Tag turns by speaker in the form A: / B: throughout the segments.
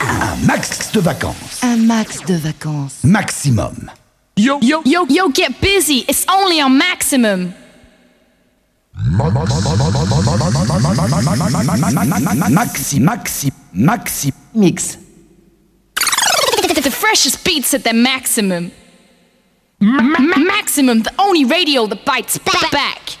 A: Un max de vacances.
B: Un max de vacances.
A: Maximum.
C: Yo, yo, yo, yo, get busy. It's only a maximum.
A: Maxi, maxi, maxi.
B: Mix.
C: The freshest beats at their maximum. Ma- ma- maximum, the only radio that bites ba- back.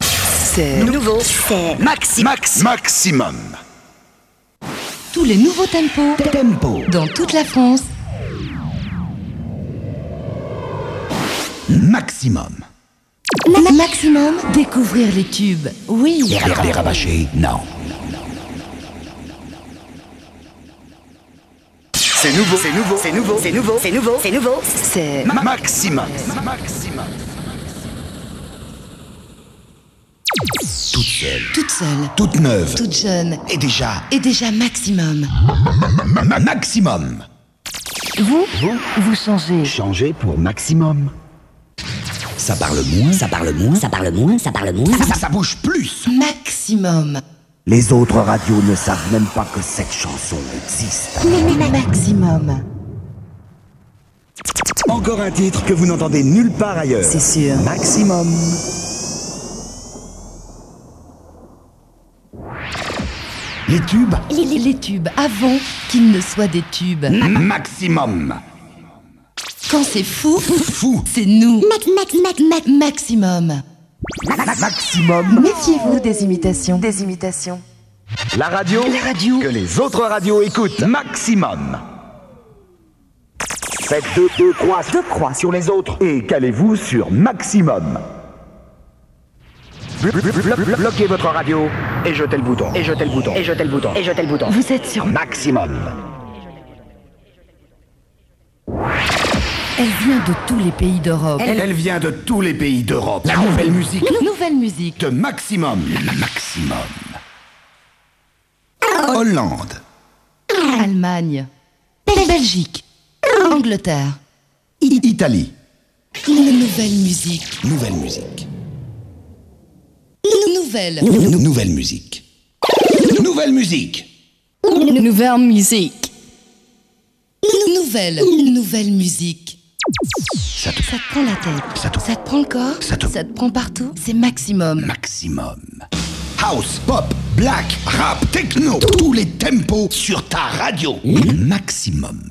B: C'est
D: Nouveau, c'est
A: Maxi, max, maximum.
B: tous les nouveaux tempos
A: Tempo.
B: dans toute la France.
A: Maximum.
B: maximum. Découvrir les tubes. Oui.
A: Les, ra- les rabâcher, non.
E: C'est nouveau, c'est nouveau, c'est nouveau, c'est nouveau, c'est nouveau, c'est nouveau.
B: C'est
A: Ma- Maximum. Maximum. Toute seule,
B: toute seule,
A: toute neuve.
B: toute jeune
A: Et déjà,
B: et déjà maximum.
A: ma- ma- maximum.
B: Vous, vous, vous changez.
A: Changer pour maximum. Ça parle moins, ça,
D: Ça parle moins, ça parle moins, ça parle moins.
A: ça- ça bouge plus.
B: Maximum.
F: Les autres radios ne savent même pas que cette chanson existe.
B: Maximum.
A: Encore un titre que vous n'entendez nulle part ailleurs.
B: C'est sûr.
A: Maximum. Les tubes
B: Les, les- les tubes avant qu'ils ne soient des tubes.
A: Maximum.
B: Quand c'est fou,
A: Fou.
B: c'est nous. maximum.
A: Maximum.
B: Méfiez-vous des imitations. Des imitations.
E: La radio que les autres radios écoutent.
A: Maximum.
F: Faites deux, deux croix, deux croix sur les autres.
A: Et calez-vous sur maximum.
E: Blo- blo- blo- blo- Bloquez votre radio et jetez le bouton. Et jetez le bouton. Et jetez le bouton. Et jetez le bouton.
B: Vous êtes sur
A: Maximum.
B: Elle vient de tous les pays d'Europe.
A: Elle, elle vient de tous les pays d'Europe. La nouvelle musique
B: Nouvelle musique.
A: de maximum. Maximum. Hollande.
B: Allemagne. Belgique. Angleterre.
A: I- Italie.
B: Nouvelle musique.
A: Nouvelle musique.
B: Nouvelle.
A: Nou- nou- Nouvelle musique. Nouvelle musique.
C: Nouvelle musique.
B: Nouvelle. Nouvelle musique.
A: Ça te
B: Ça te prend la tête.
A: Ça te-
B: prend le corps.
A: Ça te-
B: prend partout. C'est maximum.
A: maximum. House, pop, black, rap, techno, tous les tempos sur ta radio. Maximum.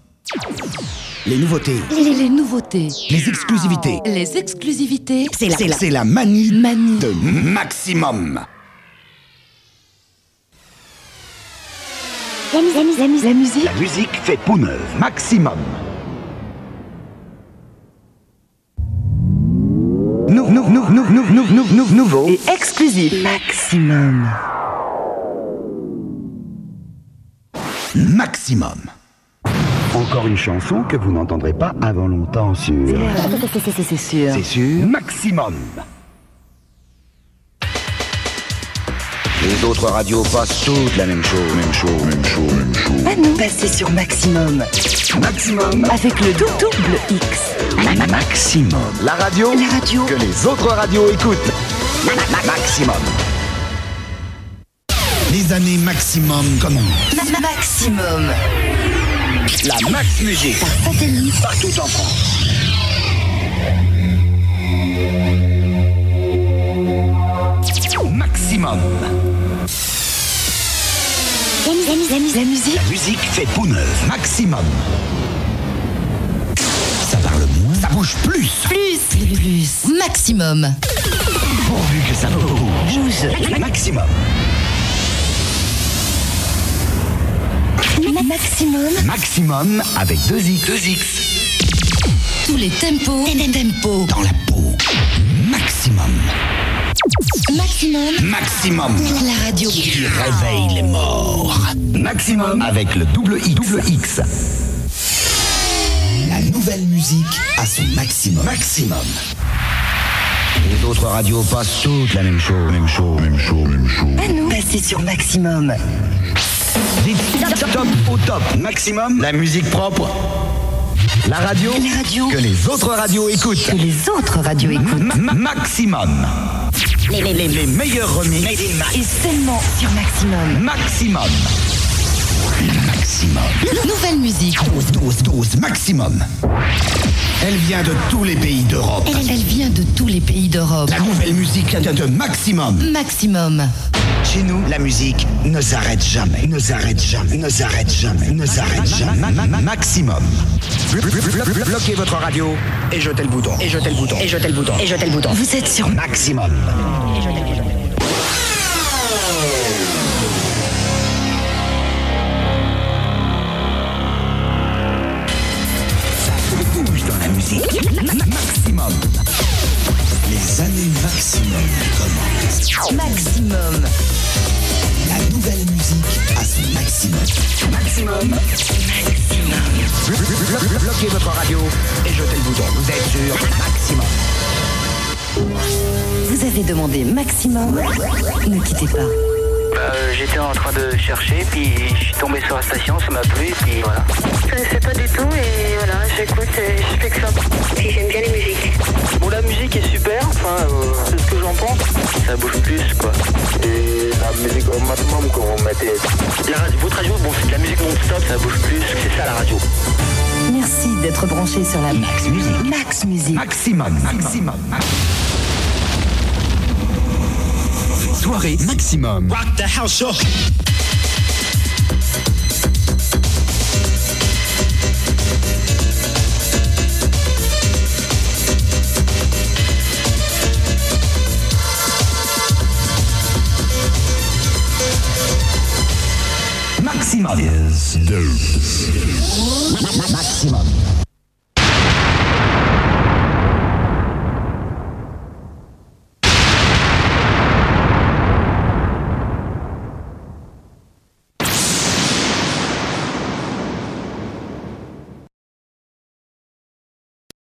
A: Les nouveautés,
B: Les, les nouveautés.
A: les exclusivités,
B: Les exclusivités.
D: C'est la, c'est la,
A: c'est la manie
B: Manie.
A: de maximum.
F: La musique fait peau neuve.
A: Maximum. Nous, nous, nous, nous, nous, nous, nous, nous, nouveau.
B: Et exclusif. Maximum.
A: Maximum.
F: Encore une chanson que vous n'entendrez pas avant longtemps sur...
B: C'est sûr.
F: C'est sûr Maximum.
E: Les autres radios passent toutes la même chose. Même chose, même chose, même chose.
B: Pas nous. Passer sur maximum.
E: Maximum.
B: Avec le dou- double X.
A: Maximum.
E: La radio
B: La radio.
E: que les autres radios écoutent. Ma- ma- ma- Maximum.
A: Les années maximum commencent.
B: Maximum.
E: La Max Musique. Partout en France.
A: Maximum.
B: La musique.
A: La musique fait peau neuve. Maximum. Ça parle moins, ça bouge plus.
B: Plus. Plus. Maximum.
A: Pourvu que ça bouge. Maximum.
B: Maximum.
A: Maximum avec 2x. 2x
B: Tous les tempos. Tempo.
A: dans la peau. Maximum.
B: Maximum.
A: Maximum.
B: La radio.
A: Qui réveille les morts. Maximum avec le double X. Double X. La nouvelle musique à son maximum. Maximum.
E: Les autres radios passent toutes la même chose. Même chose, même chose, même chose.
B: Pas nous. Passer
G: c'est sur Maximum.
A: Des top, top au top maximum, la musique propre. La radio,
G: La radio.
A: que les autres radios écoutent.
G: Que les autres radios écoutent.
A: Ma- ma- maximum. Les, les- les- les meilleurs remix.
G: Et seulement sur Maximum.
A: Maximum. Maximum.
G: Nouvelle musique.
A: Dose, dose, dose, maximum. Elle vient de tous les pays d'Europe.
B: Elle, elle vient de tous les pays d'Europe.
A: La nouvelle musique vient de maximum.
B: Maximum.
A: Chez nous, la musique ne s'arrête jamais. Ne s'arrête jamais. Ne s'arrête jamais. Ne s'arrête jamais. maximum.
E: Bloquez votre radio et jetez le bouton. Et jetez le bouton. Et jetez le bouton. Et jetez le bouton.
G: Vous êtes sur
A: Maximum. Ça bouge dans la musique. Maximum. Les années maximum commencent.
G: Maximum.
A: La nouvelle musique à son maximum. Maximum.
E: Bloquez votre radio et jetez le bouton. Vous êtes sûr maximum.
G: Vous avez demandé Maximum. Ne quittez pas.
H: Euh, J'étais en train de chercher, puis je suis tombé sur la station, ça m'a plu, et puis voilà.
I: Je connaissais Euh, pas du tout et voilà, j'écoute et je fais que ça. Puis j'aime bien les musiques.
H: Bon, la musique est super, enfin, euh, c'est ce que j'en pense. Ça bouge plus, quoi. Et la musique au maximum quand on mettait. La radio, votre radio, bon, c'est de la musique non-stop, ça bouge plus, c'est ça la radio.
G: Merci d'être branché sur la Max Musique. Max Musique.
A: Maximum. Maximum. Soirée maximum. Rock the house show. Maximum. Maximum.